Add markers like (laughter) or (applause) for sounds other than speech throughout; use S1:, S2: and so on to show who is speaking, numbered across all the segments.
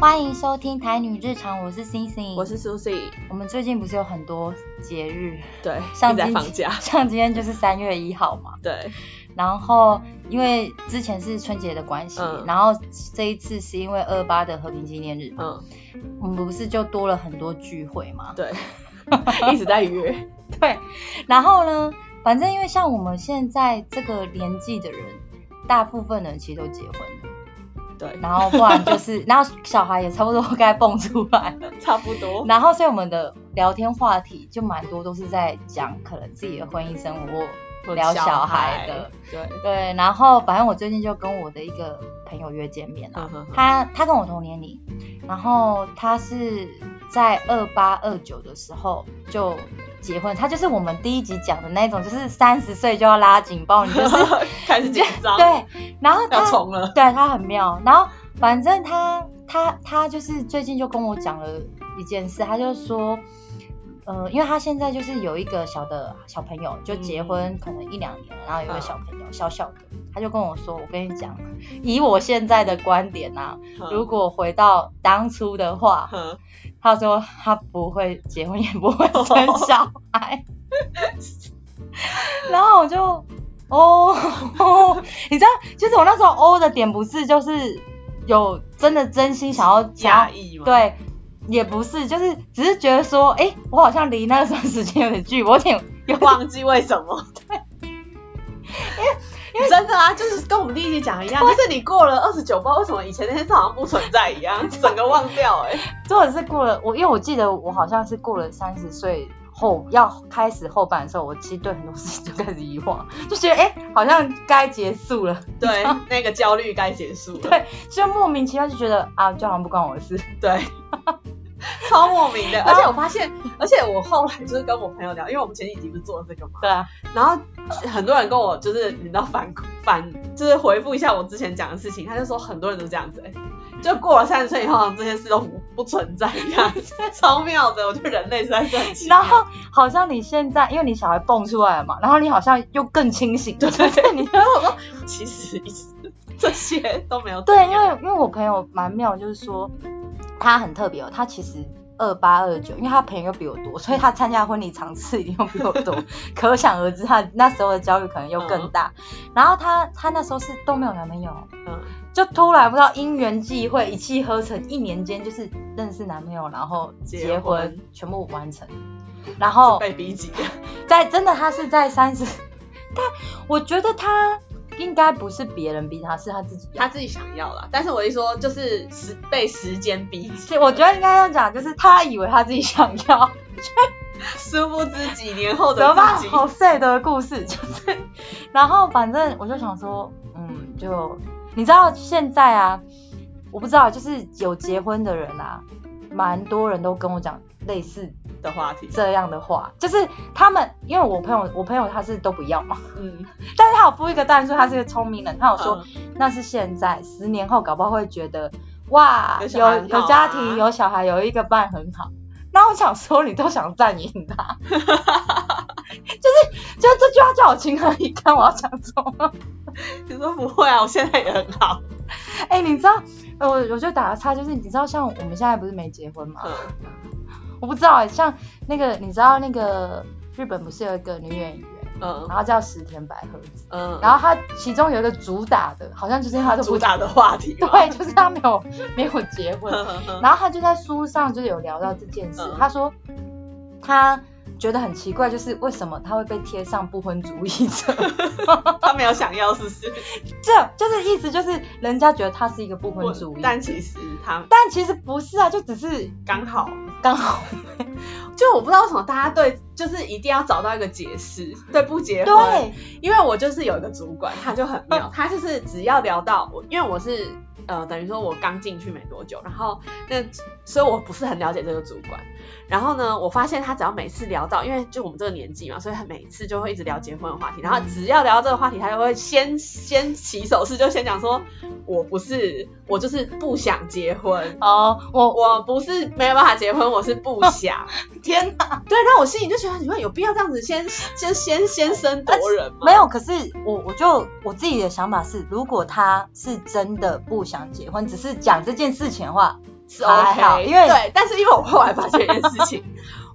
S1: 欢迎收听《台女日常》，我是星星，
S2: 我是 Susie，
S1: 我们最近不是有很多节日， (laughs)
S2: 对，
S1: 像
S2: 一直在
S1: 今
S2: 放假，
S1: 像今天就是三月一号嘛，
S2: 对，
S1: 然后因为之前是春节的关系，
S2: 嗯
S1: 然后这一次是因为二八的和平纪念日，
S2: 嗯，
S1: 我们不是就多了很多聚会嘛， (laughs)
S2: 对，一直在约，
S1: 对，然后呢，反正因为像我们现在这个年纪的人，大部分人其实都结婚了，
S2: 对，
S1: 然后不然
S2: (laughs)
S1: 就是，然后小孩也差不多该蹦出来了，
S2: 差不多，
S1: 然后所以我们的聊天话题就蛮多都是在讲可能自己的婚姻生活。
S2: 我
S1: 聊小孩
S2: 孩
S1: 的，
S2: 对，
S1: 对，然后反正我最近就跟我的一个朋友约见面
S2: 嗯
S1: 了，
S2: 哼哼
S1: 他他跟我同年龄，然后他是在二八二九的时候就结婚，他就是我们第一集讲的那种，就是三十岁就要拉警报，你
S2: (laughs)
S1: 就是
S2: 开始紧张，，
S1: 对，然后他
S2: 要冲了，
S1: 对他很妙，然后反正他他他就是最近就跟我讲了一件事，他就说，呃，因为他现在就是有一个小的小朋友，就结婚可能一两年了，然后有一个小朋友小小的，他就跟我说，我跟你讲，以我现在的观点啊，如
S2: 嗯
S1: 果回到当初的话，
S2: 嗯
S1: 他说他不会结婚，也不会生小孩。 (laughs) 然后我就哦你知道，就是我那时候哦的点不是就是有真的真心想要
S2: 压
S1: 加，
S2: 抑嘛，，
S1: 对，也不是，就是只是觉得说，哎，我好像离那段时间有点距离，我有点有点
S2: 忘记为什么， (laughs) 对，因为真的啊，就是跟我们第一集讲的一样，就是你过了二十九，不知道为什么以前那件事好像不存在一样，整个忘掉，哎，
S1: 重点是过了我，因为我记得我好像是过了三十岁后要开始后半的时候，我其实对很多事情就开始遗忘，就觉得哎、诶好像该结束了， (laughs)
S2: 对，那个焦虑该结束了，
S1: 对就莫名其妙就觉得啊，就好像不关我的事。
S2: 对， (laughs) 超莫名的。
S1: 后
S2: 而且我发现，而且我后来就是跟我朋友聊，因为我们前几集不是做了这个嘛，
S1: 对啊，
S2: 然后很多人跟我就是你知道反反就是回复一下我之前讲的事情，他就说很多人都这样子、欸，就过了三十岁以后，好像这些事都不不存在一样， (laughs) 超妙的。我觉得人类实在是很奇
S1: (laughs)
S2: 妙
S1: 然后好像你现在因为你小孩蹦出来了嘛，然后你好像又更清醒，对对 (laughs) 对，你
S2: 然后我说，其实这些都没有怎
S1: 对，因
S2: 样
S1: 为因为我朋友蛮妙，就是说他很特别哦，他其实二八二九，因为他朋友又比我多，所以他参加婚礼场次一定又比我
S2: (laughs)
S1: 多，可想而知他那时候的焦虑可能又更大。然后他他那时候是都没有男朋友，哦
S2: 嗯
S1: 就突然不知道因缘际会，一气呵成，一年间就是认识男朋友，然后
S2: 结
S1: 结
S2: 婚
S1: 全部完成，然后
S2: 被逼急，
S1: 在真的他是在三十， (laughs) 但我觉得他应该不是别人逼他，是他自己啊要
S2: (laughs) 他自己想要啦。但是我一说就是时被时间逼急，
S1: 我觉得应该要讲，就是他以为他自己想要，
S2: 殊不知几年后
S1: 怎么
S2: 的
S1: 办
S2: 自？己，
S1: 好 sad 的故事，就是， (laughs) 然后反正我就想说，嗯，就你知道现在啊，我不知道，就是有结婚的人啊，蛮多人都跟我讲类似
S2: 的话题，
S1: 这样的话，就是他们因为我朋友，我朋友他是都不要嘛，
S2: 嗯，
S1: 但是他有附一个单，说他是个聪明人，他有说、
S2: 嗯
S1: 那是现在，十年后搞不好会觉得哇，
S2: 有
S1: 有
S2: 小孩很好啊
S1: 有家庭有小孩有一个伴很好。那我想说，你都想占赢
S2: (laughs)
S1: 他，就是就这句话叫我情何以堪？我要讲什么？
S2: 你说不会啊，我现在也很好，
S1: 哎、你知道，呃我我就打个岔，就是你知道，像我们现在不是没结婚嘛？
S2: 嗯，
S1: 我不知道哎、像那个你知道那个日本不是有一个女演员，
S2: 嗯
S1: 然后叫石田百合子，
S2: 嗯，
S1: 然后她其中有一个主打的，好像就是她都
S2: 主
S1: 不
S2: 打的话题嘛，
S1: 对，就是她没有没有结婚，
S2: 嗯，
S1: 然后他就在书上就是有聊到这件事，
S2: 嗯
S1: 他说他觉得很奇怪，就是为什么他会被贴上不婚主义者？ (laughs)
S2: 他没有想要，是不是？
S1: 这就是意思就是人家觉得他是一个不婚
S2: 我
S1: 主义，
S2: 但其实他
S1: 但其实不是啊，就只是
S2: 刚好，
S1: 刚好
S2: 就我不知道为什么大家对，就是一定要找到一个解释，对不结婚，
S1: 对，
S2: 因为我就是有一个主管，他就很妙，他就是只要聊到我，因为我是呃，等于说我刚进去没多久，然后那所以我不是很了解这个主管。然后呢，我发现他只要每次聊到，因为就我们这个年纪嘛，所以他每次就会一直聊结婚的话题。然后只要聊到这个话题，他就会先先起手势，就先讲说我不是，我就是不想结婚。
S1: 哦，我我
S2: 我不是没有办法结婚，我是不想。 (laughs)
S1: 天哪，
S2: 对，让我心里就觉得，你们有必要这样子先先先先声夺人吗？
S1: 没有，可是我我就我自己的想法是，如果他是真的不想结婚，只是讲这件事情的话，
S2: 是
S1: 还好
S2: OK，
S1: 因为
S2: 对，但是因为我后来发现一件事情，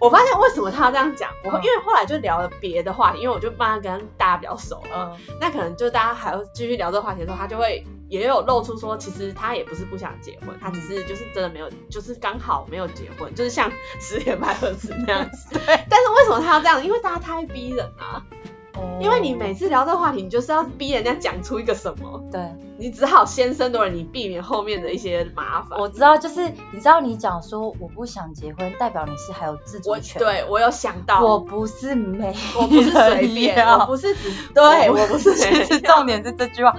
S2: 我发现为什么他要这样讲，我因为后来就聊了别的话题，因为我就慢慢跟大家比较熟了，
S1: 嗯
S2: 那可能就大家还要继续聊这个话题的时候，他就会也有露出说，其实他也不是不想结婚，他只是就是真的没有，就是刚好没有结婚，就是像十点百合子那样子。 (laughs) 对，但是为什么他要这样？因为大家太逼人啊！
S1: 哦
S2: 因为你每次聊这个话题，你就是要逼人家讲出一个什么，
S1: 对，
S2: 你只好先声夺人，你避免后面的一些麻烦。
S1: 我知道，就是你知道你讲说我不想结婚，代表你是还有自主
S2: 我
S1: 权。，
S2: 对我有想到，
S1: 我不是没，
S2: 我不是随 (laughs) 便，
S1: 要
S2: 我不是只
S1: 对
S2: 对我不是
S1: 其实
S2: 随
S1: 重点是这句话，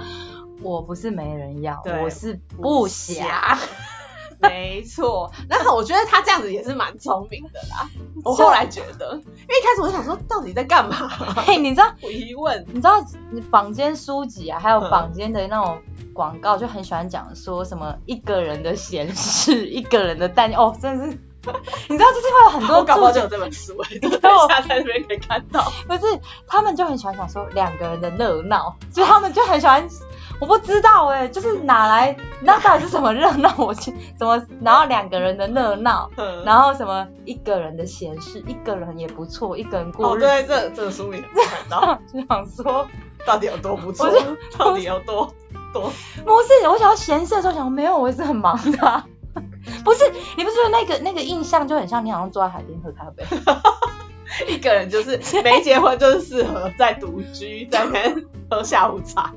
S1: 我不是没人要，
S2: 对
S1: 我是不想。。
S2: (laughs) 没错，但是我觉得他这样子也是蛮聪明的啦。我后来觉得，因为一开始我就想说，到底在干嘛？ (laughs)
S1: 嘿，你知道，
S2: 我疑问，
S1: 你知道坊间书籍啊，还有
S2: 嗯
S1: 坊间的那种广告，就很喜欢讲说什么一个人的闲事，一个人的担忧，哦，真的是。 (laughs) 你知道，就是会有很
S2: 我
S1: 多
S2: 搞不好
S1: 作
S2: 就
S1: 者，
S2: 有这本书， (laughs)
S1: 道
S2: 等一下在那边可以看到。
S1: 不是他们就很喜欢讲说两个人的热闹，就他们就很喜欢，我不知道哎、就是哪来那到底是什么热闹？我去怎么，然后两个人的热闹，
S2: (laughs) 嗯
S1: 然后什么一个人的闲事，一个人也不错，一个人过
S2: 哦，
S1: 日子，
S2: 对，这这个书名看 (laughs) 到，
S1: 就想说
S2: 到底有多不错
S1: 我？
S2: 到底有多多？
S1: 不是，我想要闲事的时候想没有，我也是很忙的啊、 (laughs) 不是，你不是说那个那个印象就很像你好像坐在海边喝咖啡，
S2: (laughs) 一个人 (laughs) 就是没结婚，就是适合在独居，在那边喝下午茶。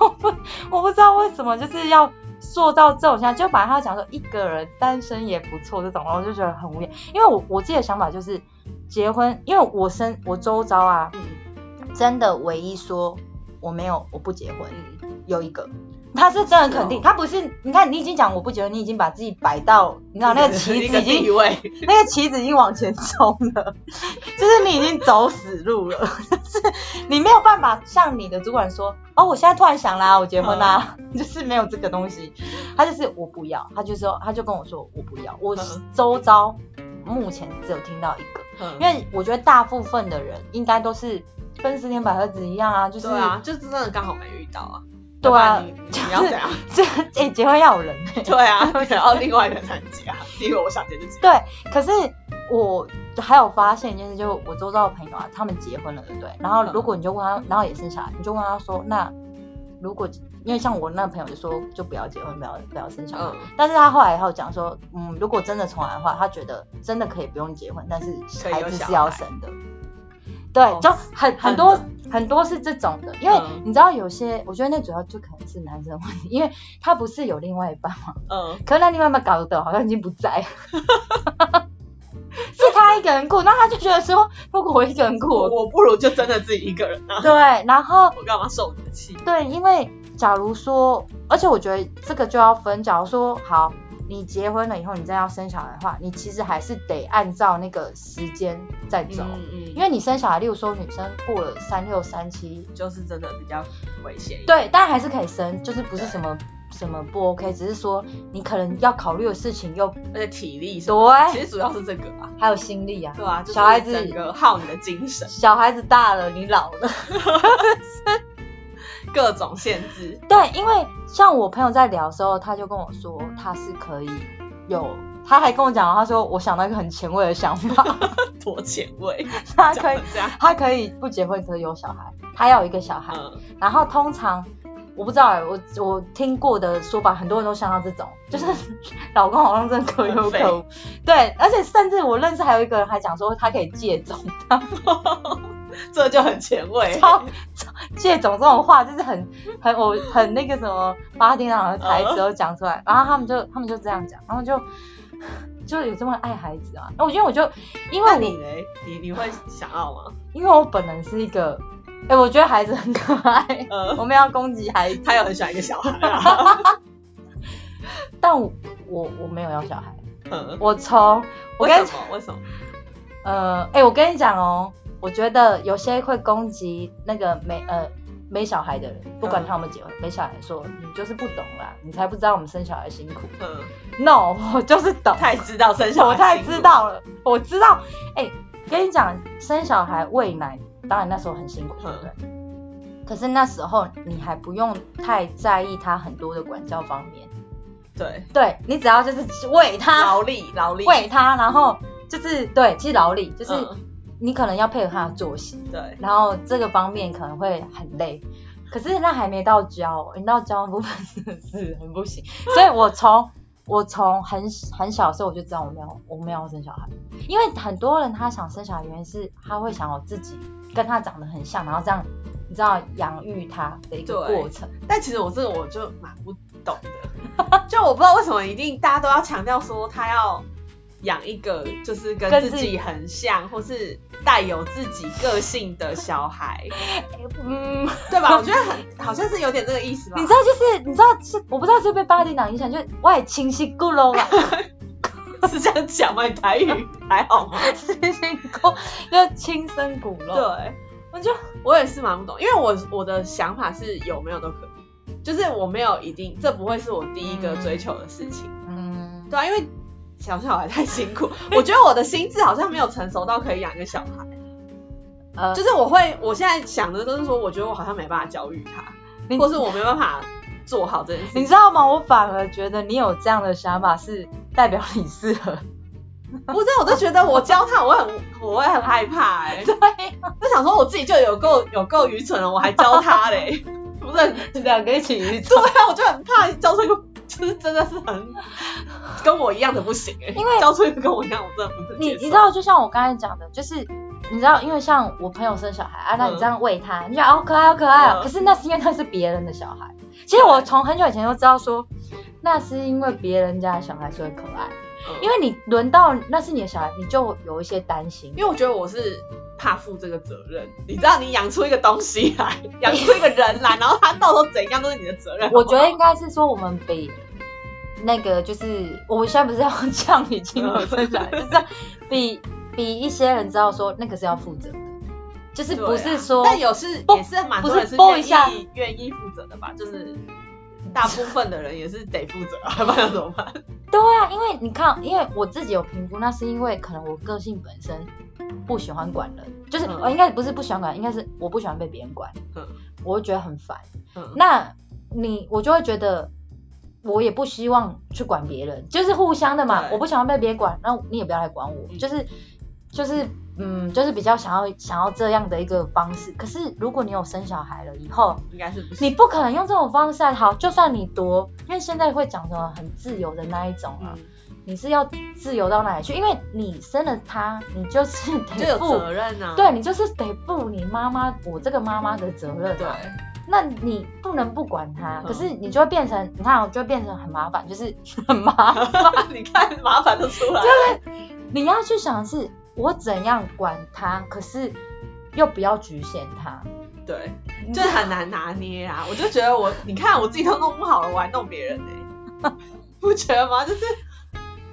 S1: 我不我不知道为什么就是要塑造这种像，就把他讲说一个人单身也不错这种，然后我就觉得很无言，因为我我自己的想法就是结婚，因为我身我周遭啊，
S2: 嗯
S1: 真的唯一说我没有我不结婚，
S2: 嗯，
S1: 有一个，他是真的肯定，
S2: 是哦
S1: 他不是，你看你已经讲我不觉得你已经把自己摆到，你知道那个
S2: (laughs) 一
S1: 棋子
S2: 个
S1: 已
S2: 地
S1: 经，
S2: 位，
S1: (laughs) 那个棋子已经往前冲了，就是你已经走死路了，就是你没有办法向你的主管说，哦，我现在突然想啦，我结婚啦，(laughs)
S2: 嗯
S1: 就是没有这个东西，他就是我不要，他就说他就跟我说我不要，我
S2: 嗯
S1: 周遭目前只有听到一个，因
S2: 因
S1: 为我觉得大部分的人应该都是跟十年百合子一样啊，就是
S2: 对啊，就是真的刚好没遇到啊。
S1: 对啊
S2: 要不然你你要
S1: (laughs)
S2: 怎样？
S1: (laughs) 这哎、结婚要有人、欸。
S2: 对啊，然后另外一个参加， (laughs) 因为我想结就结。
S1: 对，可是我还有发现一件事，就是我周遭的朋友啊，他们结婚了，对不
S2: 嗯
S1: 对？然后如果你就问他，然后也生小孩，你就问他说，那如果因为像我那个朋友就说，就不要结婚，不要不要生小孩。
S2: 嗯，
S1: 但是他后来还有讲说，嗯，如果真的重来的话，他觉得真的可以不用结婚，但是
S2: 可以
S1: 孩
S2: 有
S1: 子
S2: 小
S1: 是要
S2: 孩
S1: 生的。对，
S2: 哦
S1: 就很很
S2: 很
S1: 多很多是这种的，因为
S2: 嗯
S1: 你知道有些，我觉得那主要就可能是男生的问题，因为他不是有另外一半嘛，
S2: 嗯，
S1: 可是那另外一半搞得好像已经不在了， (laughs) 是他一个人过，那他就觉得说，如果我一个人
S2: 我 (laughs)
S1: 过，
S2: 我不如就真的自己一个人啊，
S1: 对，然后
S2: 我干嘛受你的气？
S1: 对，因为假如说，而且我觉得这个就要分，假如说好，你结婚了以后，你再要生小孩的话，你其实还是得按照那个时间再走。
S2: 嗯
S1: 因为你生小孩，例如说女生过了三六三七，
S2: 就是真的比较危险一点。
S1: 对，但还是可以生，就是不是什么什么不 OK，只是说你可能要考虑的事情又
S2: 而且体力什么的，其
S1: 对，
S2: 实主要是这个啊，
S1: 还有心力啊，
S2: 对啊，就是
S1: 小孩子
S2: 整个耗你的精神，
S1: 小孩子大了，你老了。
S2: 各种限制。
S1: (laughs) 对，因为像我朋友在聊的时候，他就跟我说他是可以有，他还跟我讲，他说我想到一个很前卫的想 (laughs) 法，
S2: 多前卫，
S1: 他
S2: 讲
S1: 可以
S2: 成这样，
S1: 他可以不结婚，可是有小孩，他要有一个小孩，
S2: 嗯，
S1: 然后通常。我不知道哎、我我听过的说法，很多人都像他这种，就是老公好像真的可有可无，对，而且甚至我认识还有一个人还讲说他可以借种，
S2: 这就很前卫。
S1: 超超借种这种话，就是
S2: (laughs)
S1: 很很我很那个什么巴丁朗的台词都讲出
S2: 嗯
S1: 来，然后他们就他们就这样讲，然后就就有这么爱孩子啊。那我觉得我就因
S2: 那
S1: 为
S2: 你
S1: 你
S2: 嘞？你你会想要吗？
S1: 因为我本人是一个，哎、我觉得孩子很可爱，
S2: (laughs) 呃，
S1: 我们要攻击孩子，
S2: 他有很喜欢一个小孩啊。
S1: 但我我我没有要小孩，
S2: 嗯，
S1: 我从我
S2: 为
S1: 跟
S2: 什么？为什么？
S1: 呃哎、我跟你讲哦，我觉得有些会攻击那个没呃。没小孩的人，不
S2: 嗯
S1: 管他有没有结婚，没小孩说你就是不懂啦，你才不知道我们生小孩辛苦。
S2: 嗯，
S1: No，我就是懂，
S2: 太知道生小孩，
S1: (laughs) 我太知。道了，我知道。哎、跟你讲，生小孩喂奶，当然那时候很辛苦，对不对？
S2: 嗯
S1: 可是那时候你还不用太在意他很多的管教方面，
S2: 对，
S1: 对你只要就是喂它，
S2: 劳力劳力，
S1: 喂它，然后就是对，其实劳力就是
S2: 嗯
S1: 你可能要配合它的作息，
S2: 对，
S1: 然后这个方面可能会很累。可是那还没到教，你到教的部分是是很不行，所以我从我从很很小的时候我就知道我没有我没有要生小孩，因为很多人他想生小孩的原因是他会想要自己跟他长得很像，然后这样你知道养育他的一个
S2: 对
S1: 过程，
S2: 但其实我这个我就蛮不懂的， (laughs) 就我不知道为什么一定大家都要强调说他要养一个就是跟
S1: 跟
S2: 自
S1: 自己
S2: 己很像，或是带有自己个性的小 (laughs) 孩，
S1: 嗯，
S2: 对吧？我觉得很好像是 (laughs) 有点这个意思吧
S1: 你知。道就是你知道是我不知道是被巴厘岛影响，就是我也清晰够了
S2: (laughs)
S1: 啦，
S2: 是这样讲吗？你台语还好吗？
S1: 清晰够就亲生骨肉，
S2: (laughs) 对，我就我也是蛮不懂，因为我我的想法是有没有都可以，就是我没有一定，这不会是我第一个追求的事情，
S1: 嗯，
S2: 对啊，因为小小孩太
S1: (laughs)
S2: 辛苦，我觉得我的心智好像没有成熟到可以养一个小孩，
S1: 呃，
S2: 就是我会我现在想的都是说，我觉得我好像没办法教育他，
S1: 你
S2: 或是我没办法做好这件事
S1: 你
S2: 情，
S1: 知道吗？我反而觉得你有这样的想法是代表你适合。
S2: 不是，我都觉得我教他，我很我会很害怕、
S1: (laughs)
S2: 欸，
S1: 对，啊
S2: 就想说我自己就有够有够愚蠢了，我还教他
S1: (laughs)
S2: 嘞，不是很
S1: 两个一起愚
S2: 对啊，我就很怕教出一个，就是真的是很跟我一样的不行哎、
S1: 因为
S2: 教出一个跟我一样，我真的不是
S1: 你你知道，就像我刚才讲的，就是你知道，因为像我朋友生小孩啊，那你
S2: 嗯
S1: 这样喂他，你就觉得好可爱，好可爱哦。
S2: 嗯
S1: 可是那是因为那是别人的小孩。其实我从很久以前就知道说，那是因为别人家的小孩所以可爱，因
S2: 为
S1: 为你轮到那是你的小孩，你就有一些担心。
S2: 因为我觉得我是怕负这个责任，你知道，你养出一个东西来，养出一个人来，然后他到时候怎样都是你的责任。
S1: (laughs) 我觉得应该是说我们比那个就是我们现在不是要 (laughs) 降已经有生小孩，就是要比比一些人知道说那个是要负责的，就是
S2: 对啊
S1: 不是说
S2: 但有是
S1: 不
S2: 也是蛮多
S1: 不是
S2: 人是
S1: 播一下
S2: 愿意愿意负责的吧，就是。大部分的人也是得负责 (laughs) 啊，不然怎么办？
S1: 对啊，因为你看，因为我自己有评估，那是因为可能我个性本身不喜欢管人，就是、
S2: 嗯
S1: 呃应该不是不喜欢管，应该是我不喜欢被别人管，
S2: 嗯
S1: 我会觉得很烦。
S2: 嗯，
S1: 那你我就会觉得，我也不希望去管别人，就是互相的嘛。
S2: 对
S1: 我不想要被别人管，那你也不要来管我，
S2: 嗯
S1: 就是就是嗯，就是比较想要想要这样的一个方式。可是如果你有生小孩了以后，
S2: 应该是不行。
S1: 你不可能用这种方式啊。好，就算你多，因为现在会讲什么很自由的那一种啊，
S2: 嗯
S1: 你是要自由到哪里去？因为你生了他，你就是
S2: 就
S1: 得
S2: 有
S1: 负，
S2: 责任啊。
S1: 对你就是得负你妈妈我这个妈妈的责任、啊。
S2: 对， (laughs)
S1: 那你不能不管他，
S2: 嗯
S1: 可是你就会变成，你看，我就会变成很麻烦，就是很麻烦。
S2: 你看麻烦都出来了。
S1: 你要去想的是，我怎样管他，可是又不要局限他。
S2: 对， (laughs) 就是很难拿捏啊！我就觉得我，你看我自己都弄不好了，我还弄别人呢、
S1: (laughs)
S2: 不觉得吗？就是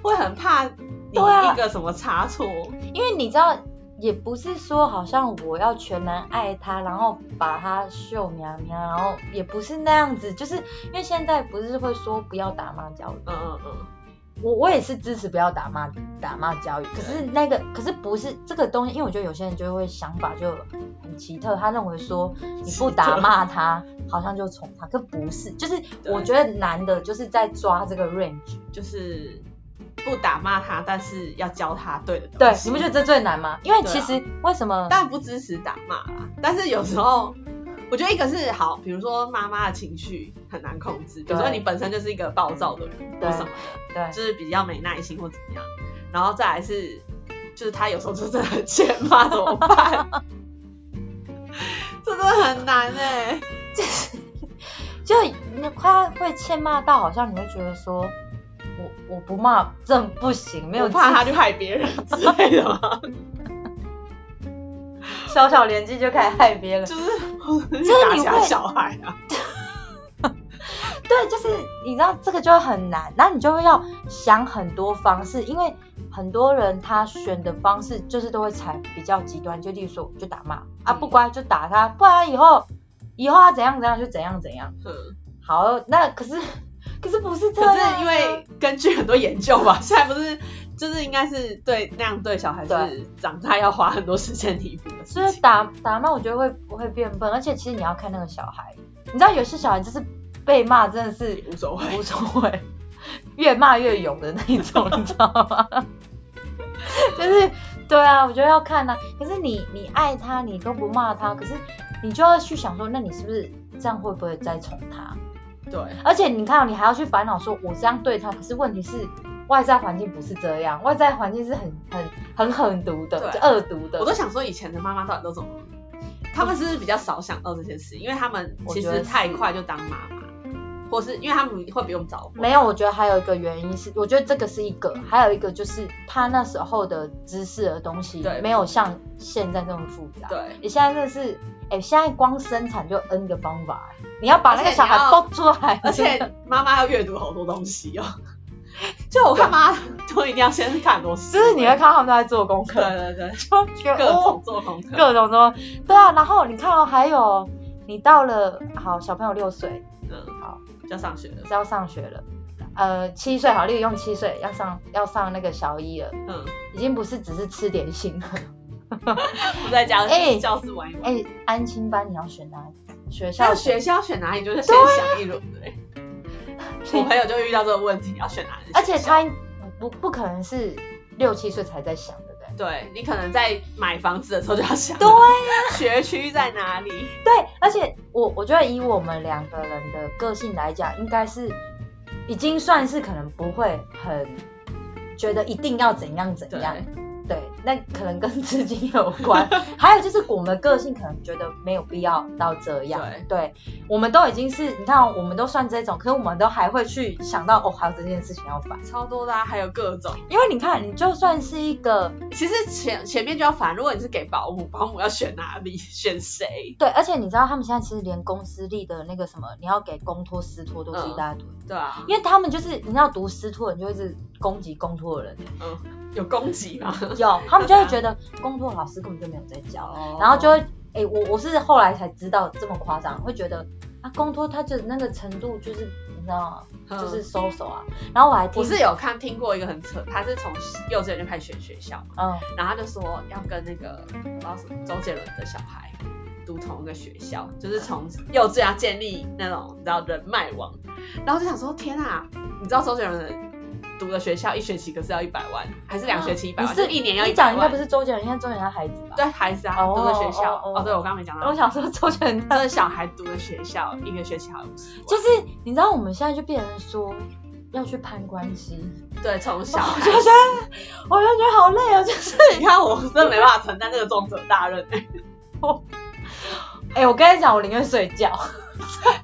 S2: 会很怕你
S1: 对啊
S2: 一个什么差错，
S1: 因为你知道，也不是说好像我要全然爱他，然后把他秀喵喵，然后也不是那样子，就是因为现在不是会说不要打骂教育，
S2: 嗯嗯嗯，
S1: 我我也是支持不要打骂打骂教育，可是那个可是不是这个东西，因为我觉得有些人就会想法就很奇特，他认为说你不打骂 (laughs) 他，好像就宠他，可不是，就是
S2: 对
S1: 我觉得难的就是在抓这个 range，
S2: 就是不打骂他，但是要教他对的
S1: 对
S2: 东，西。
S1: 你不觉得这最难吗？因为
S2: 对啊
S1: 其实为什么？
S2: 当然不支持打骂啦，但是有时候。我觉得一个是好，比如说妈妈的情绪很难控制，比如说
S1: 对
S2: 你本身就是一个暴躁的人
S1: 对
S2: 或什么
S1: 对
S2: 就是比较没耐心或怎么样，然后再来是，就是他有时候就真的很欠骂，怎么办？ (laughs) 这真的很难哎、
S1: 就你快会欠骂到，好像你会觉得说，我我不骂真不行，没有
S2: 我怕
S1: 自
S2: 他去害别人之类的嘛，
S1: 小小年纪就开始害别人
S2: 就，是去
S1: 是
S2: 打
S1: 你
S2: 其他
S1: 会
S2: 小孩啊，
S1: 对，就是你知道这个就会很难，那你就会要想很多方式，因为很多人他选的方式就是都会采比较极端，就例如说就打骂啊，
S2: 嗯
S1: 不乖就打他，不然以后以后他怎样怎样就怎样怎样。
S2: 嗯，
S1: 好，那可是 (laughs) 可是不是这
S2: 可
S1: 样啊、
S2: 是因为根据很多研究吧，现在不是就是应该是对那样对小孩
S1: 对
S2: 是长大要花很多时间弥补的事
S1: 就是
S2: 情，
S1: 打打骂，我觉得会会变笨，而且其实你要看那个小孩，你知道有些小孩就是被骂真的是
S2: 无所谓，
S1: 无所谓，越骂越勇的那一种， (laughs) 你知道吗？就是对啊，我觉得要看啊。可是你你爱他，你都不骂他，可是你就要去想说，那你是不是这样会不会再宠他？
S2: 对，
S1: 而且你看，你还要去烦恼说，我这样对他，可是问题是外在环境不是这样，外在环境是很很很狠毒的，
S2: 对啊
S1: 恶毒的。
S2: 我都想说以前的妈妈到底都怎么，他们是不是比较少想到这件事？因为他们
S1: 我
S2: 其
S1: 觉得
S2: 实
S1: 是
S2: 太快就当妈妈，或是因为他们会比我们早婚
S1: 没有，我觉得还有一个原因是，我觉得这个是一个，还有一个就是他那时候的知识的东西
S2: 对
S1: 没有像现在这么复杂。
S2: 对，
S1: 你现在真的是，哎、现在光生产就 N 个方法，欸你要把那个
S2: 而且你
S1: 小孩
S2: 要
S1: 抱出来，
S2: 而且妈妈要阅读好多东西哦。
S1: (laughs)
S2: 就我看妈妈都一定要先看很多书，
S1: 就是你会看到他们都在做功
S2: 对
S1: 课，
S2: 对对，
S1: 就觉
S2: 各
S1: 得哦
S2: 种，做功课，
S1: 各种说，对啊，然后你看哦，还有你到了好小朋友六岁
S2: 嗯，
S1: 好
S2: 要上学了，
S1: 是要上学了，呃七岁好，例如用七岁要上要上那个小一了，
S2: 嗯，
S1: 已经不是只是吃点心了，
S2: 不在家
S1: 哎
S2: 教室玩一玩。
S1: 哎、安亲班你要选哪一学
S2: 那
S1: 校？
S2: 学校选哪里，就是先想一轮对。我朋友就遇到这个问题，要选哪里？
S1: 啊而且他不不可能是六七岁才在想，对不对？
S2: 对你可能在买房子的时候就要想，
S1: 对啊
S2: (laughs) 学区在哪里？
S1: 对，而且我我觉得以我们两个人的个性来讲，应该是已经算是可能不会很觉得一定要怎样怎
S2: 对
S1: 样，对，那可能跟资金有关， (laughs) 还有就是我们的个性可能觉得没有必要到这样，对，我们都已经是你看哦、我们都算这种，可是我们都还会去想到哦，还有这件事情要烦，
S2: 超多的、啊，还有各种。
S1: 因为你看，你就算是一个
S2: 其实前前面就要烦，如果你是给保姆，保姆要选哪里，选谁？
S1: 对，而且你知道他们现在其实连公司立的那个什么，你要给公托、私托都是一大堆。
S2: 对啊，
S1: 因为他们就是你知道读私托，你就一直攻击公托的
S2: (laughs)
S1: 人，
S2: 有供给嘛。
S1: 有他们就会觉得公托老师根本就没有在教，
S2: 哦
S1: (laughs) 然后就会哎、我我是后来才知道这么夸张，会觉得啊公托他的那个程度就是你知道吗？就是
S2: 嗯
S1: 收手啊，然后我还听
S2: 我是有看听过一个很扯，他是从幼稚园就开始选学校嘛，
S1: 嗯
S2: 然后他就说要跟那个不知道什么周杰伦的小孩读同一个学校，就是从幼稚园要建立那种你知道人脉网，然后就想说天啊，你知道周杰伦的读的学校一学期可是要一百万，还哦是两学期一百
S1: 你
S2: 万？
S1: 是
S2: 就一年要一
S1: 你讲
S2: 百
S1: 应该
S2: 万
S1: 不？是周杰伦，应该周杰伦他孩子吧？
S2: 对，孩子啊，
S1: 哦
S2: 读的学校
S1: 哦
S2: 哦
S1: 哦
S2: 对我刚刚没讲
S1: 然后
S2: 到
S1: 我，想说周杰伦
S2: 他
S1: 他
S2: 的小孩读的学校一个学期好像
S1: 就是你知道我们现在就变成说要去攀关系，
S2: 对从小，
S1: 我就觉得我就觉得好累哦，就是。
S2: 你看我真的没办法承担这个重责大任、 (laughs)
S1: 哎、我跟你讲，我宁愿睡觉。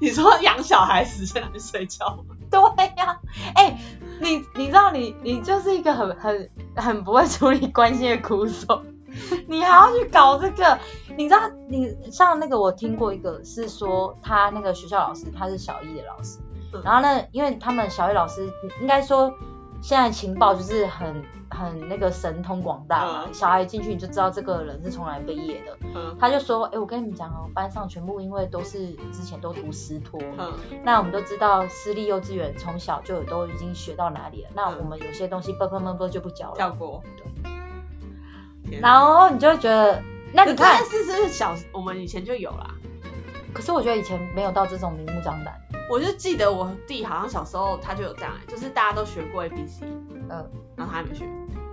S2: 你说养小孩时间还是睡觉吗？
S1: (laughs) 对呀、哎、你你知道你你就是一个很很很不会处理关系的苦手， (laughs) 你还要去搞这个，你知道你像那个我听过一个是说他那个学校老师他是小一的老师，
S2: 嗯
S1: 然后呢，因为他们小一老师应该说现在情报就是很很那个神通广大嘛，
S2: 嗯
S1: 小孩进去你就知道这个人是从哪里毕业的，
S2: 嗯
S1: 他就说，哎、我跟你们讲哦，班上全部因为都是之前都读私托，
S2: 嗯
S1: 那我们都知道私立幼稚园从小就有都已经学到哪
S2: 嗯
S1: 里了，那我们有些东西啵啵啵啵就不教
S2: 跳
S1: 了，
S2: 过。对
S1: 然后你就会觉得，那你看
S2: 但，是这是小，我们以前就有啦。
S1: 可是我觉得以前没有到这种明目张胆，
S2: 我就记得我弟好像小时候他就有这样、欸，就是大家都学过 A B C，
S1: 嗯，
S2: 然后他还没学，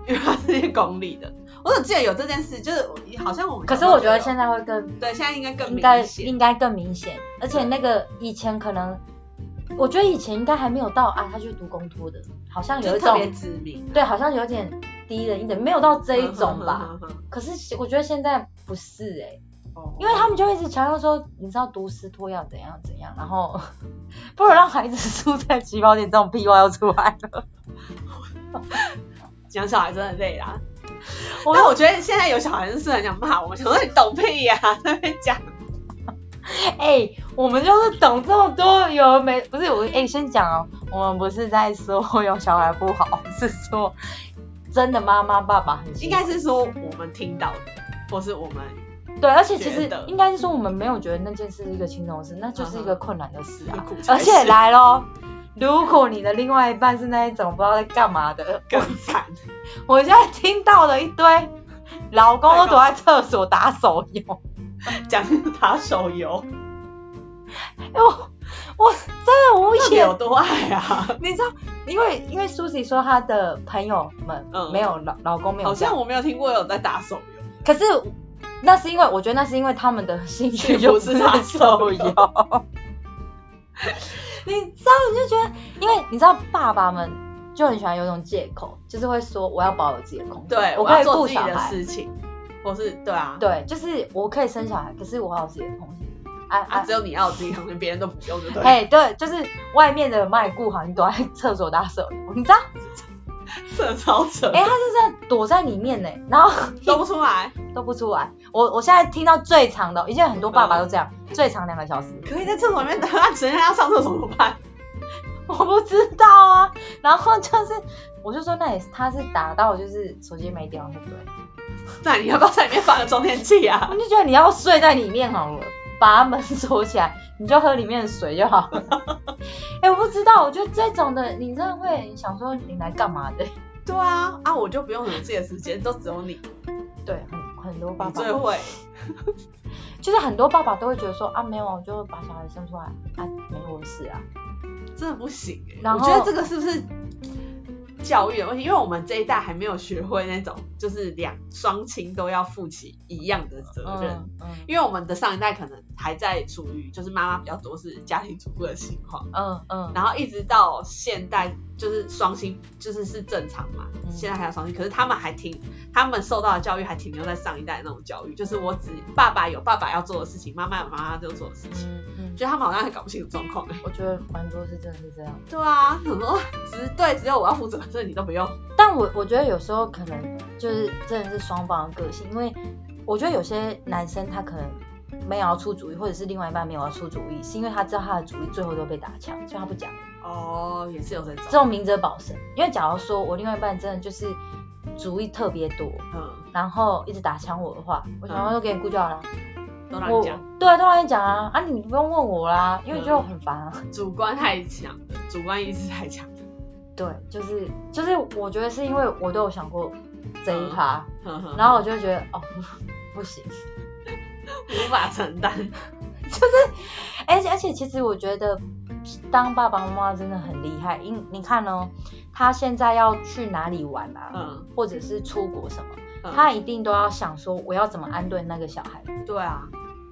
S2: 因为他是一个公立的。我怎么记得有这件事？就是我好像我们
S1: 可
S2: 小
S1: 是
S2: 时候
S1: 我
S2: 就
S1: 觉
S2: 有。
S1: 得现在会更
S2: 对现在应该更
S1: 应
S2: 明
S1: 该
S2: 显。
S1: 应该更明显，而且那个以前可能，我觉得以前应该还没有到啊，他去读公托的，好像有
S2: 就
S1: 一
S2: 特别
S1: 种
S2: 知名
S1: 对，好像有点低人一等，没有到这一种吧。。
S2: 嗯嗯嗯嗯
S1: 可是我觉得现在不是哎、
S2: 嗯哦
S1: (laughs) 因为他们就一直强调说，你知道读私托要怎样怎样，然后 (laughs) 不能让孩子输在起跑点，这种屁话又出来了。
S2: 养小孩真的累啦。但我觉得现在有小孩就是很想骂我们，想说你懂屁呀、在那边讲。
S1: 哎、我们就是懂这么多有的没不是我哎、先讲哦，我们不是在说有小孩不好，是说真的妈妈爸爸很辛
S2: 应
S1: 苦
S2: 该是说我们听到的，或是我们
S1: 对，而且其实
S2: 觉得
S1: 应该是说我们没有觉得那件事是一个轻松的事，那就是一个
S2: 嗯哼
S1: 困难的事啊
S2: 痛苦。才
S1: 而且
S2: 是
S1: 来咯，如果你的另外一半是那一种不知道在干嘛的，
S2: 更惨。
S1: 我现在听到了一堆老公都躲在厕所打手游，
S2: (laughs) 讲打手游，
S1: 哎、我我真的无
S2: 到底
S1: 解
S2: 有，多爱啊？
S1: 你知道，因为因为 Susie 说她的朋友们
S2: 嗯
S1: 没有老、老公没有
S2: 好
S1: 这样
S2: 像，我没有听过有在打手游。
S1: 可是那是因为我觉得那是因为他们的兴趣
S2: 并不
S1: 就是是
S2: 打手
S1: 手
S2: 游
S1: 游。 (laughs) 你知道，你就觉得，因为你知道爸爸们就很喜欢有一种借口，就是会说我要保有自己的空间，
S2: 对，
S1: 我
S2: 要
S1: 可以
S2: 做
S1: 顾
S2: 自己
S1: 小
S2: 的
S1: 孩，
S2: 事情，或是对啊，
S1: 对，就是我可以生小孩，可是我要有自己的空间。哎
S2: 啊，
S1: 哎
S2: 只有你要有自己空间，别人都不用，对不对？
S1: 哎，对，就是外面的卖顾好，你躲在厕所打手游，你知道？
S2: 这超扯，
S1: 哎、他是在躲在里面呢，然后 (laughs)
S2: 都不出来，
S1: 都不出来。我我现在听到最长的，以前很多爸爸都这样，
S2: 嗯
S1: 最长两个小时。
S2: 可以在厕所里面等啊，人家要上厕所怎么办？
S1: 我不知道啊，然后就是，我就说那也是他是打到就是手机没电了，对不对？
S2: 那你要不要在里面放个充电器啊
S1: 我？就觉得你要睡在里面好了，把门 (laughs) 锁起来，你就喝里面的水就好了。 (laughs) 哎、我不知道，我觉得这种的你真的会想说你来干嘛的？ (laughs)
S2: 对啊，啊，我就不用有自己的时间，都只有你，
S1: 对，很很多爸
S2: 你
S1: 爸
S2: 最会。
S1: 就是很多爸爸都会觉得说啊没有，我就把小孩生出来啊，没我的事啊。
S2: 真的不行欸、
S1: 然
S2: 我
S1: 后
S2: 觉得这个是不是教育的问题？因为我们这一代还没有学会那种，就是两双亲都要负起一样的责任。
S1: 嗯嗯
S2: 因为我们的上一代可能还在处于就是妈妈比较多是家庭主妇的情况，
S1: 嗯嗯，
S2: 然后一直到现代就是双薪就是是正常嘛，
S1: 嗯
S2: 现在还有双薪，可是他们还停，他们受到的教育还停留在上一代那种教育，就是我只爸爸有爸爸要做的事情，妈妈有妈妈要做的事情，
S1: 嗯嗯，
S2: 就他们好像还搞不清楚状况欸
S1: 我觉得蛮多是真的是这样。
S2: 对啊，什么只对只有我要负责，这你都不用。
S1: 但我我觉得有时候可能就是真的是双方的个性，因为我觉得有些男生他可能没有要出主意，或者是另外一半没有要出主意，是因为他知道他的主意最后都被打枪，所以他不讲。
S2: 哦，也是有这
S1: 这
S2: 种，
S1: 种明哲保身，因为假如说我另外一半真的就是主意特别多，
S2: 嗯，
S1: 然后一直打枪我的话，我想
S2: 嗯
S1: 要就给你顾就好了。
S2: 都让
S1: 我
S2: 你讲，
S1: 对啊，都让你讲啊，啊你不用问我啦，因为
S2: 嗯
S1: 我觉得我很烦啊。 (laughs)
S2: 主观太强了，主观意识太强 (laughs) 了。
S1: 对，就是就是，我觉得是因为我都有想过这一
S2: 嗯
S1: 趴，
S2: 呵呵
S1: 然后我就觉得哦 (laughs) 不行，
S2: 无法承担，
S1: 而且而且，其实我觉得当爸爸妈妈真的很厉害，因你看哦，他现在要去哪里玩啊，
S2: 嗯，
S1: 或者是出国什么，
S2: 嗯
S1: 他一定都要想说我要怎么安顿那个小孩，
S2: 对啊，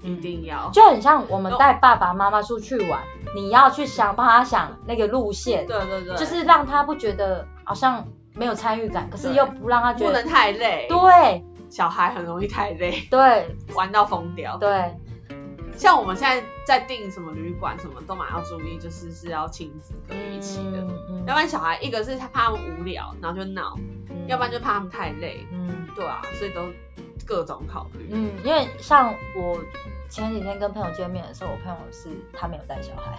S2: 一定哦要，
S1: 嗯就很像我们带爸爸妈妈出去玩，你要去想帮他想那个路线，
S2: 对对对，
S1: 就是让他不觉得好像没有参与感，可是
S2: 对
S1: 又不让他觉
S2: 不能
S1: 得。
S2: 太累，
S1: 对
S2: 小孩很容易太累，
S1: 对
S2: 玩到疯掉。
S1: 对，
S2: 像我们现在在订什么旅馆什么都蛮要注意，就是是要亲子跟一起的，
S1: 嗯
S2: 要不然小孩一个是他怕他们无聊，然后就闹，要不然就怕他们太累，
S1: 嗯。
S2: 对啊，所以都各种考虑。嗯
S1: 嗯，因为像我前几天跟朋友见面的时候，我朋友是他没有带小孩，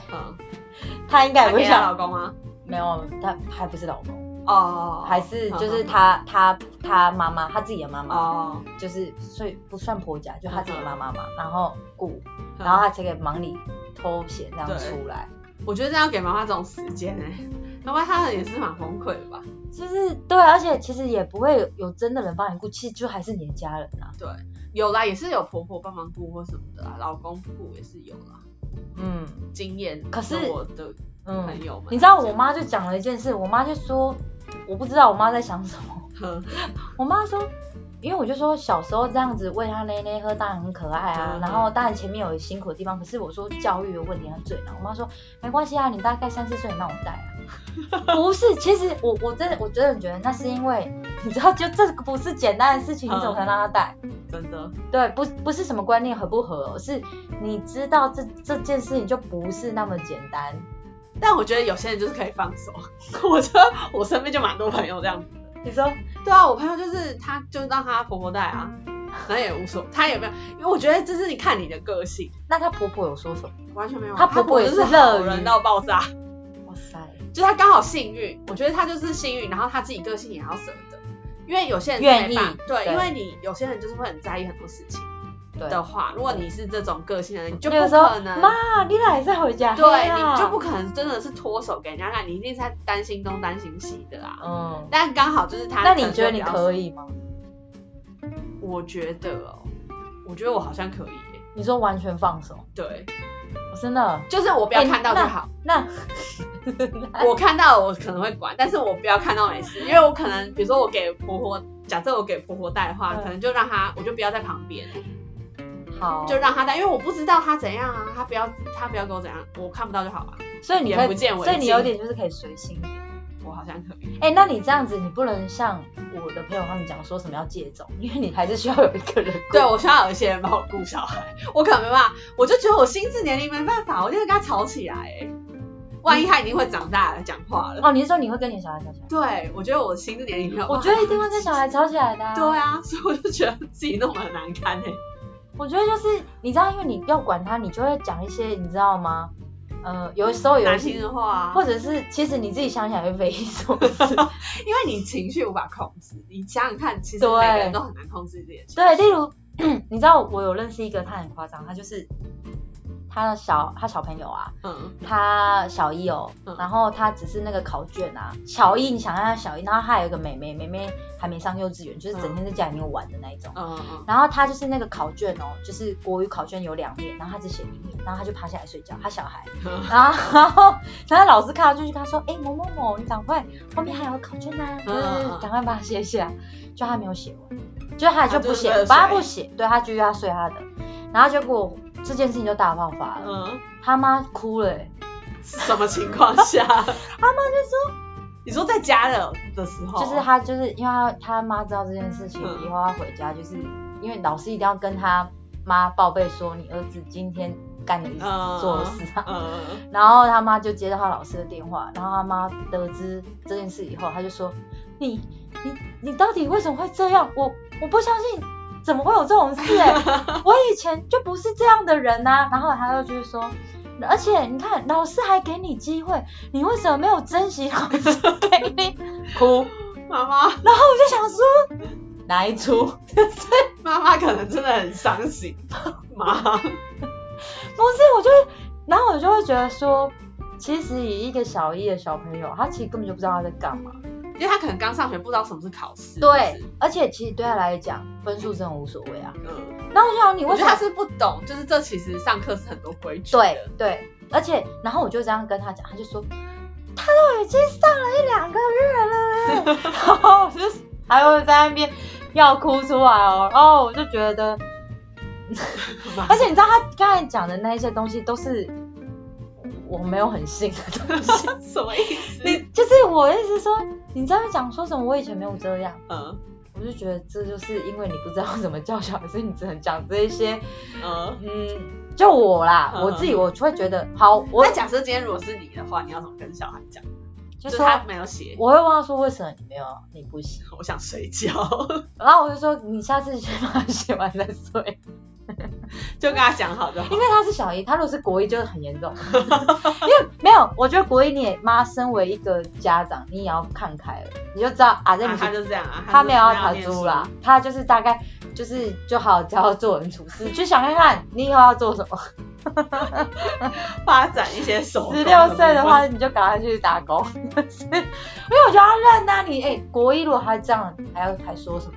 S1: (laughs) 他应该也
S2: 嗯她
S1: 不
S2: 给
S1: 会
S2: 她老
S1: 哎想，
S2: 公吗？
S1: 没有，他还不是老公，
S2: 哦，
S1: 还是就是
S2: 嗯
S1: 他他他妈妈，他自己的妈
S2: 嗯嗯
S1: 妈，
S2: 哦，
S1: 就是所以不算婆家，就他自己的
S2: 嗯
S1: 妈妈嘛，然后雇，
S2: 嗯
S1: 然后他才给忙里偷闲这样
S2: 对
S1: 出来，
S2: 我觉得这样给妈妈这种时间哎、要不然她也是蛮崩溃的吧？
S1: 就是对，啊而且其实也不会有有真的人帮你顾，其实就还是你的家人啊，
S2: 有啦，也是有婆婆帮忙顾或什么的啦，啊老公顾也是有啦，
S1: 嗯
S2: 经验。
S1: 可是
S2: 我的朋
S1: 嗯，
S2: 友们，
S1: 你知道我妈就讲了一件事，我妈就说我不知道我妈在想什么。
S2: 呵，
S1: (laughs) 我妈说，因为我就说小时候这样子喂她奶奶喝，当然很可爱啊
S2: 嗯。
S1: 然后当然前面有辛苦的地方，可是我说教育的问题很最难。我妈说没关系啊，你大概三四岁你让我带
S2: (laughs)
S1: 啊。不是，其实我我真的我真的觉得那是因为你知道，就这个不是简单的事情，
S2: 嗯
S1: 你怎么可能让她带？
S2: 真的，
S1: 对，不不是什么观念合不合，是你知道这这件事情就不是那么简单。
S2: 但我觉得有些人就是可以放手， (laughs) 我觉得我身边就蛮多朋友这样子。
S1: 你说，
S2: 对啊，我朋友就是她就让她婆婆带啊，
S1: 嗯
S2: 然后也无所，她也没有，因为我觉得这是你看你的个性，
S1: 那她婆婆有说什么？
S2: 完全没有啊。
S1: 她婆婆也
S2: 就是是好
S1: 乐于
S2: 人到爆炸。
S1: 哇塞，
S2: 就他刚好幸运，我觉得他就是幸运，然后他自己个性也要舍得，因为有些人是
S1: 愿
S2: 没
S1: 意
S2: 办法对，
S1: 对
S2: 因为你有些人就是会很在意很多事情
S1: 对，
S2: 的话，如果你是这种个性的人，你就
S1: 例如
S2: 不
S1: 说
S2: 可能，
S1: 妈，你哪再回家？嘿
S2: 对，
S1: 啊
S2: 你就不可能真的是脱手给人家看，你一定是在担心东担心西的啦。
S1: 嗯。
S2: 但刚好就是他，
S1: 那你觉得你可
S2: 以？
S1: 以吗？
S2: 我觉得哦，我觉得我好像可以耶，
S1: 你说完全放手，
S2: 对，
S1: 真的？
S2: 就是我不要
S1: 哎
S2: 看到就
S1: 那
S2: 好，
S1: 那
S2: 我看到我可能会管，但是我不要看到没事，因为我可能比如说我给婆婆，假设我给婆婆带的话，
S1: 嗯
S2: 可能就让她，我就不要在旁边，
S1: 好，
S2: 就让她带，因为我不知道她怎样啊，她不要她不要给我怎样，我看不到就好了。
S1: 所以你可
S2: 眼
S1: 以
S2: 不见为
S1: 所以你
S2: 净
S1: 有点就是可以随性一点。
S2: 我好像可以，
S1: 哎、那你这样子，你不能像我的朋友他们讲说什么要戒种，因为你还是需要有一个人顾
S2: 对，我需要有一些人帮我顾小孩， (laughs) 我可能没办法，我就觉得我心智年龄没办法，我就会跟他吵起来、欸万一他已经会长大了，讲话了。
S1: 哦，你是说你会跟你小孩吵起来？
S2: 对，我觉得我心智年龄没有办法。
S1: 我觉得一定会跟小孩吵起来的、啊。
S2: 对啊，所以我就觉得自己弄得很难堪哎、
S1: 我觉得就是你知道，因为你要管他，你就会讲一些你知道吗？呃，有的时候有
S2: 难
S1: 一
S2: 听
S1: 些，
S2: 的话、啊，
S1: 或者是其实你自己想想会匪夷所思。 (laughs)
S2: 因为你情绪无法控制，你想想看，其实
S1: 对
S2: 每个人都很难控制自己的情绪。
S1: 对，例如你知道我有认识一个，他很夸张，他就是他的小他小朋友啊，
S2: 嗯，
S1: 他小一哦，
S2: 嗯
S1: 然后他只是那个考卷啊，小一你想看他小一，然后他还有一个妹妹，妹妹还没上幼稚园，就是整天在家里面玩的那一种。
S2: 嗯嗯
S1: 然后他就是那个考卷哦，就是国语考卷有两面，然后他只写一面，然后他就趴下来睡觉，他小孩。
S2: 嗯，
S1: (laughs) 然后，然后，然后老师看到就去跟他说：“哎、某某某，你赶快，后面还有考卷呢、啊，就
S2: 嗯
S1: 是赶快把它写写。”就他没有写完，就他就不写
S2: 他啊就，是
S1: 把他不写，对他就要睡他的。然后结果这件事情就大爆发了，
S2: 嗯，
S1: 他妈哭了、欸，
S2: 是什么情况下？他妈就说，你说在家的的时候，
S1: 就是他就是因为他他妈知道这件事情
S2: 嗯
S1: 以后，他回家就是因为老师一定要跟他妈报备说你儿子今天干你
S2: 嗯
S1: 做的事啊。
S2: 嗯
S1: 然后他妈就接到他老师的电话，然后他妈得知这件事以后，他就说：“你你你到底为什么会这样？我我不相信，怎么会有这种事、 (laughs) 欸？我以前就不是这样的人呐、然后他又就是说。而且你看，老师还给你机会，你为什么没有珍惜老师给你？ (laughs) 哭。
S2: 妈妈
S1: 然后我就想说，哪一出？
S2: 妈妈可能真的很伤心，妈，
S1: 不是，我就，然后我就会觉得说，其实以一个小一的小朋友，他其实根本就不知道他在干嘛。
S2: 因为他可能刚上学，不知道什么是考试。
S1: 对
S2: 是，
S1: 而且其实对他来讲，分数真的无所谓啊。
S2: 不是，嗯，
S1: 然后我就想，你
S2: 我
S1: 为
S2: 觉
S1: 什
S2: 得
S1: 么？
S2: 他是不懂，就是这其实上课是很多规矩。
S1: 对，对，而且然后我就这样跟他讲，他就说，他都已经上了一两个月了
S2: (laughs)
S1: 欸，然后我就还会在那边要哭出来哦，然后我就觉得，而且你知道他刚才讲的那一些东西都是我没有很信的东
S2: (laughs)
S1: 西，
S2: 什么意思？
S1: 你就是我的意思是说，你在那边讲说什么我以前没有这样。
S2: 嗯
S1: 我就觉得这就是因为你不知道怎么教小孩，所以你只能讲这一些。
S2: 嗯。
S1: 嗯，就我啦，
S2: 嗯
S1: 我自己我就会觉得，好，我
S2: 那假设今天如果是你的话，你要怎么跟小孩讲？
S1: 就
S2: 就是是
S1: 说
S2: 他没有写，
S1: 我会问他说为什么你没有，你不行。
S2: 我想睡觉，
S1: 然后我就说你下次先把它写完再
S2: (laughs)
S1: 睡，
S2: 就跟他讲好就好。
S1: 因为他是小一，他如果是国一就是很
S2: (laughs)
S1: 严重，因为没有，我觉得国一你也妈身为一个家长，你也要看开了，你就知道啊，这
S2: 啊
S1: 你
S2: 他就这样啊，
S1: 他没有要
S2: 他
S1: 逃
S2: 就
S1: 租啦，，他就是大概就是就好好教好做人处事，去想看看你以后要做什么。
S2: 发展一些手。
S1: 十六岁的，话，你就赶快去打工， (laughs) 因为我觉得他认啊，你哎、国一如果还这样，还要还说什么？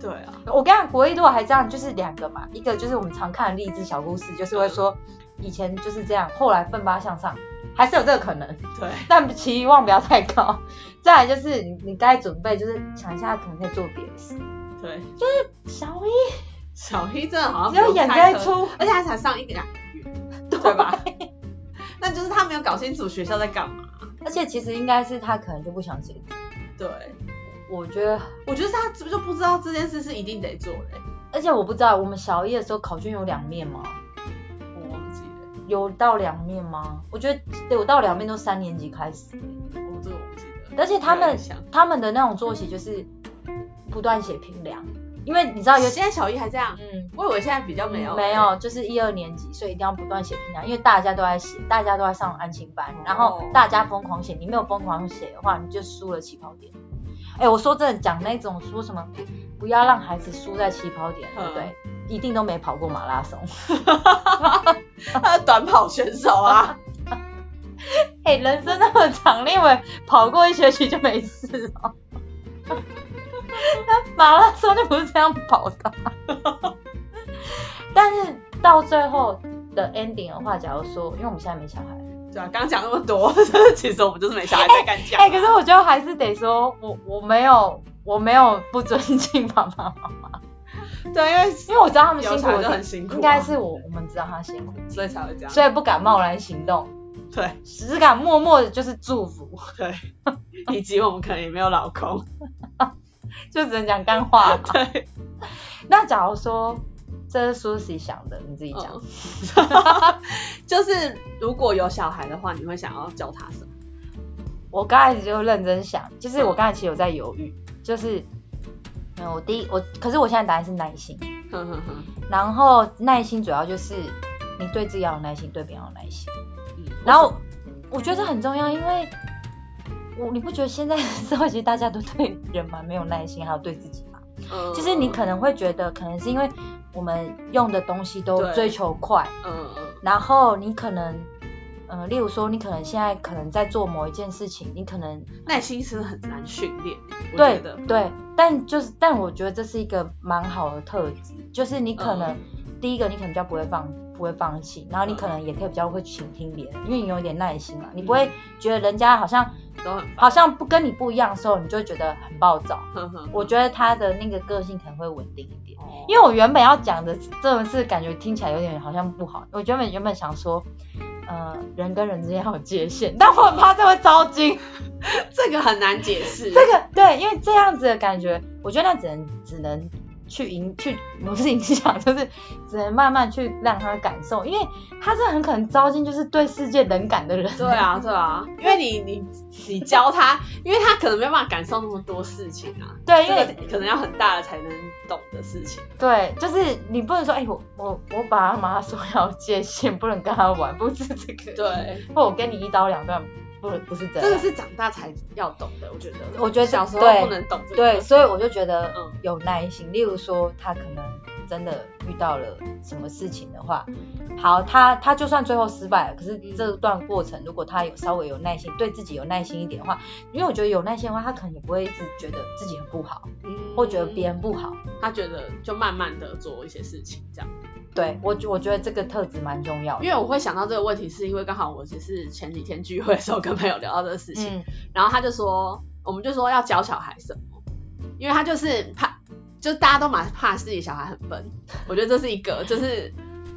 S2: 对啊，
S1: 我跟你讲，国一如果还这样，就是两个嘛，一个就是我们常看的励志小故事，就是会说以前就是这样，后来奋发向上，还是有这个可能，
S2: 对，
S1: 但期望不要太高。再来就是你你该准备，就是想一下可能可以做别的事。
S2: 对，
S1: 小一
S2: 小一真的好像
S1: 只有演这一
S2: 不用太
S1: 出，
S2: 而且他才上一两个
S1: (laughs)
S2: 月，对吧？那就是他没有搞清楚学校在干嘛。
S1: 而且其实应该是他可能就不想写字，
S2: 对，
S1: 我觉得，
S2: 我觉得他是不是就不知道这件事是一定得做的？
S1: 而且我不知道我们小一的时候考卷有两面吗？
S2: 我忘记了，
S1: 有到两面吗？我觉得有到两面都三年级开始，
S2: 我这个我不记得。
S1: 而且他
S2: 没有
S1: 们
S2: 印象
S1: 他们的那种作息就是不断写评量，因为你知啊道有
S2: 啊有现在小一还这样，
S1: 嗯
S2: 我以为现在比较没有
S1: 没有，就是一二年级，所以一定要不断写评量，因为大家都在写，大家都在上安心
S2: 哦
S1: 班，然后大家疯狂写，你没有疯狂写的话，你就输了起跑点。哎，我说真的，讲那种说什么不要让孩子输在起跑点，对不对？
S2: 嗯
S1: 一定都没跑过马拉松。
S2: 他的 (laughs) 短跑选手啊，
S1: 哎、人生那么长，你以为跑过一学期就没事哦？ (laughs) 那马拉 (laughs) 松就不是这样跑的啊、但是到最后，的 ending 的话，假如说，因为我们现在没小孩，
S2: 对啊，刚讲那么多， (laughs) 其实我们就是没小孩在干讲啊。
S1: 哎、可是我觉得还是得说，我我没有我没有不尊敬爸爸妈
S2: (laughs)
S1: 妈，
S2: 对，因为
S1: 因为我知道他们辛
S2: 有
S1: 苦
S2: 小孩
S1: 的
S2: 就
S1: 地，
S2: 很辛苦啊
S1: 应该是我我们知道他辛苦，
S2: 所以才会这样。
S1: 所以不敢贸然行动，
S2: 对
S1: 只敢默默的就是祝福， (laughs)
S2: 对，以及我们可能也没有老公。
S1: 哦就只能讲干话嘛。
S2: 对，
S1: 那假如说这是苏西想的，你自己讲。
S2: 嗯 (laughs) 就是如果有小孩的话，你会想要教他什么？
S1: 我刚开始就认真想，就是
S2: 嗯
S1: 我刚才其实有在犹豫，就是嗯，我第一我，可是我现在答案是耐心，
S2: 哼
S1: 嗯
S2: 哼哼，
S1: 然后耐心主要就是你对自己要有耐心，对别人要有耐心。
S2: 嗯
S1: 然后我觉得这很重要，因为我你不觉得现在的社会其实大家都对人蛮没有耐心，还有对自己嘛，
S2: 嗯
S1: 就是你可能会觉得，可能是因为我们用的东西都
S2: 对
S1: 追求快，
S2: 嗯嗯
S1: 然后你可能。嗯，例如说，你可能现在可能在做某一件事情，你可能
S2: 耐心是很难训练，我
S1: 对
S2: 觉得
S1: 对，但就是，但我觉得这是一个蛮好的特质，就是你可能、
S2: 嗯
S1: 第一个，你可能比较不会放不会放弃，然后你可
S2: 嗯
S1: 能也可以比较会倾听别人，因为你有一点耐心嘛，你不会觉得人家好像
S2: 都很
S1: 好像不跟你不一样的时候，你就会觉得很暴躁。
S2: 哼哼，
S1: 我觉得他的那个个性可能会稳定一点，
S2: 哦
S1: 因为我原本要讲的这种事，感觉听起来有点好像不好。我原本原本想说，呃，人跟人之间要有界限，但我很怕这会招惊。
S2: 这个很难解释。
S1: 这个对，因为这样子的感觉，我觉得那只能只能去影去不是影响，就是只能慢慢去让他感受，因为他是很可能招进就是对世界冷感的人。 (laughs)
S2: 对啊，对啊，因为你你你教他，因为他可能没办法感受那么多事情啊，
S1: 对，
S2: 因
S1: 因
S2: 为
S1: 为
S2: 可能要很大了才能懂的事情。
S1: 对，就是你不能说，哎、我我我爸妈说要界限，不能跟他玩，不是这个。，
S2: 对，
S1: 或我跟你一刀两断，不不是这样。
S2: 这个是长大才要懂的，我觉得。
S1: 我觉得
S2: 小时候
S1: 对
S2: 不能懂这个。
S1: 对，所以我就觉得
S2: 嗯
S1: 有耐心。例如说，他可能真的遇到了什么事情的话，
S2: 嗯
S1: 好，他他就算最后失败了，可是这段过程，如果他有稍微有耐心，对自己有耐心一点的话，因为我觉得有耐心的话，他可能也不会一直觉得自己很不好，
S2: 嗯
S1: 或觉得别人不好。
S2: 他觉得就慢慢的做一些事情这样。
S1: 对我，我觉得这个特质蛮重要的。
S2: 因为我会想到这个问题，是因为刚好我只是前几天聚会的时候跟朋友聊到这个事情，
S1: 嗯，
S2: 然后他就说，我们就说要教小孩什么，因为他就是怕，就大家都蛮怕自己小孩很笨，我觉得这是一个，就是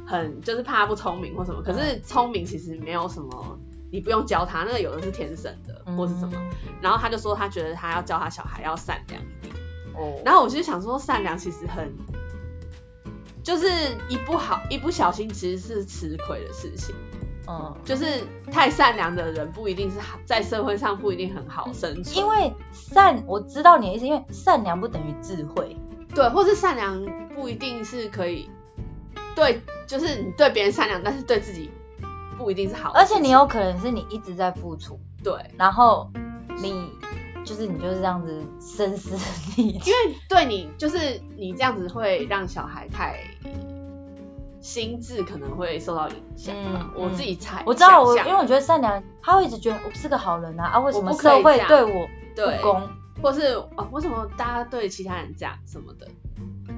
S2: 很就是怕他不聪明或什么。可
S1: 嗯
S2: 是聪明其实没有什么，你不用教他，那个有的是天生的或是什么。
S1: 嗯？
S2: 然后他就说，他觉得他要教他小孩要善良一点。
S1: 哦，
S2: 然后我就想说，善良其实很。就是一不好，一不小心其实是吃亏的事情。
S1: 嗯，
S2: 就是太善良的人不一定是好在社会上不一定很好生存，
S1: 因为善，我知道你的意思，因为善良不等于智慧。
S2: 对，或是善良不一定是可以对，就是你对别人善良，但是对自己不一哦定是好的
S1: 而
S2: 事情。
S1: 且你有可能是你一直在付出，
S2: 对，
S1: 然后你就是你就是这样子深思 (laughs) 熟虑，
S2: 因为对你就是你这样子会让小孩太心智可能会受到影响吧。
S1: 嗯
S2: 我自己猜，
S1: 我知道我，
S2: 想
S1: 因为我觉得善良，他会一直觉得我是个好人啊，啊为什
S2: 我
S1: 么
S2: 不可以
S1: 社会
S2: 这样
S1: 对我
S2: 对
S1: 不，公？
S2: 或是啊，为什么大家对其他人这样什么的？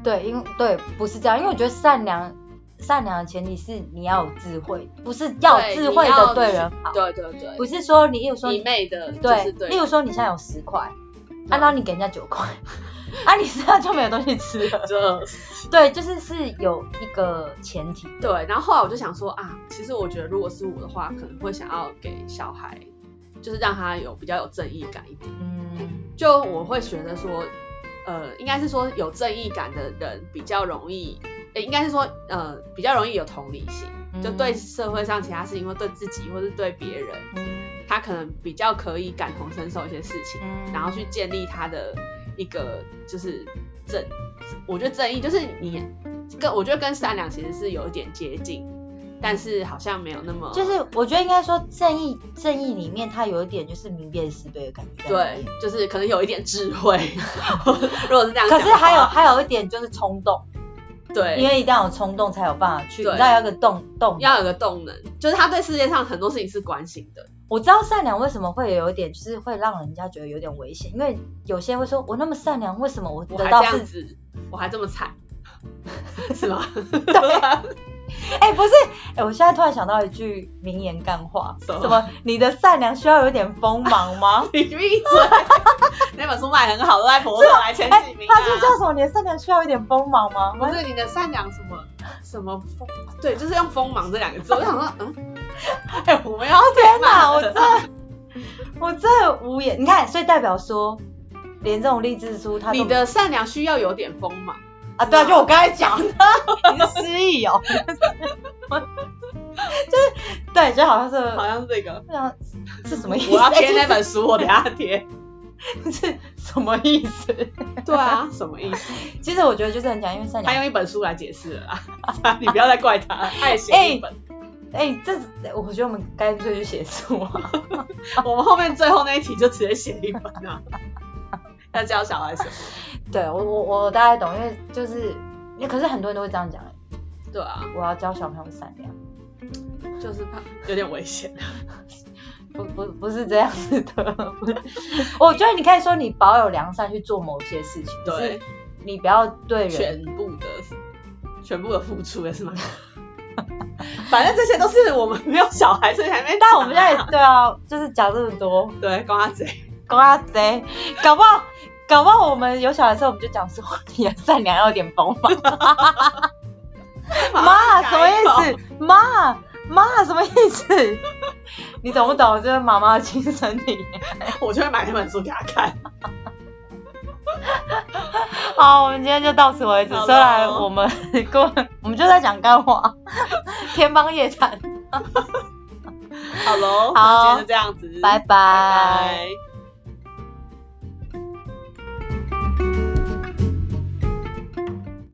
S1: 对，因为对不是这样，因为我觉得善良善良的前提是你要有智慧，不是要有
S2: 对
S1: 智
S2: 你
S1: 慧
S2: 要
S1: 的对人好，
S2: 对对对，
S1: 不是说你，例如说
S2: 你妹的，就是
S1: 对，
S2: 对
S1: 例如说你现在有十块，
S2: 对
S1: 按照你给人家九块， (laughs) 啊你身上就没有东西吃
S2: (laughs)
S1: 了，
S2: 这
S1: 对，就是是有一个前提，
S2: 对，然后后来我就想说啊，其实我觉得如果是我的话，可能会想要给小孩，就是让他有比较有正义感一点。
S1: 嗯。
S2: 就我会觉得说，呃，应该是说有正义感的人比较容易，呃应该是说呃比较容易有同理心，就对社会上其他事情或对自己或是对别人，
S1: 嗯，
S2: 他可能比较可以感同身受一些事情，
S1: 嗯
S2: 然后去建立他的一个就是正，我觉得正义就是你跟我觉得跟善良其实是有一点接近，但是好像没有那么
S1: 就是我觉得应该说正义，正义里面它有一点就是明辨是非的感觉。
S2: 对，，就是可能有一点智
S1: (laughs)
S2: 慧，如果是这样
S1: 可
S2: 讲的话，
S1: 是还有还有一点就是冲动，因
S2: 对。
S1: 为一定要有冲动才有办法去，你
S2: 对
S1: 知道要有个动动。
S2: 要有个动能，就是他对世界上很多事情是关心的，
S1: 我知道善良为什么会有一点，就是会让人家觉得有点危险，因为有些会说我那么善良，为什么我
S2: 我
S1: 得
S2: 还
S1: 到
S2: 这样
S1: (laughs) 是？
S2: 子，我还这么惨，是吗？
S1: 哎、不是，哎、我现在突然想到一句名言干话，
S2: (laughs) 什么
S1: 什么？你的善良需要有点锋芒吗
S2: (laughs) ？你闭嘴！那本书卖得很好，都在博客来前几 (laughs) 名、啊。
S1: 哎他就叫什么？你的善良需要有点锋芒吗？
S2: 不是你的善良什么什么锋，对，就是用锋芒这两个字。我想说，嗯， (laughs) 哎、我们要
S1: 天哪，
S2: 哪，
S1: 我这我这无言。你看，所以代表说，连这种励志书他都
S2: 你的善良需要有点锋芒，
S1: 啊，对啊，就我刚才讲的，你是失忆哦， (laughs) 就是对，就好像是
S2: 好像是这个。
S1: 不知道是什么意思？
S2: 嗯我要贴那
S1: 哎
S2: 本书，我等一下贴。
S1: 就是是什么意思？ (laughs)
S2: 对啊，什么意思？
S1: 其实我觉得就是很讲，因为善
S2: 他
S1: 良。
S2: 用一本书来解释了啦，你不要再怪他了，他也写了一本。
S1: 哎、这我觉得我们干脆就写书啊。 (laughs)
S2: 我们后面最后那一题就直接写一本啊。 (laughs) 要教小孩什么？
S1: 对我我我大概懂，因为就是，因为可是很多人都会这样讲，哎
S2: 对啊，
S1: 我要教小朋友善良，
S2: 就是怕有点危险。
S1: 不不不是这样子的。 (laughs) 不是我觉得你可以说你保有良善去做某些事情，可
S2: 对
S1: 是，你不要对人
S2: 全部的全部的付出也是蛮。 (laughs) 反正这些都是我们没有小孩，所以还
S1: (laughs)
S2: 没
S1: 但
S2: 到
S1: 我们现在也对啊，就是讲这么多，
S2: 对光阿贼，
S1: 瓜贼，搞不好，搞不好我们有小孩的时候，我们就讲说你的善良要有点锋芒。 (laughs) 妈，什么意
S2: 思？
S1: 思？妈，妈，什么意思？ (laughs) 你懂不懂？这是妈妈的亲身体验。
S2: (laughs) 我就会买那本书给他看。
S1: 好，我们今天就到此为止。
S2: 好的
S1: 虽然我们 (laughs) 跟我们就在讲干话， (laughs) 天方夜谭。
S2: 好
S1: 好
S2: 喽，那今天就这样子，
S1: 拜拜
S2: 拜拜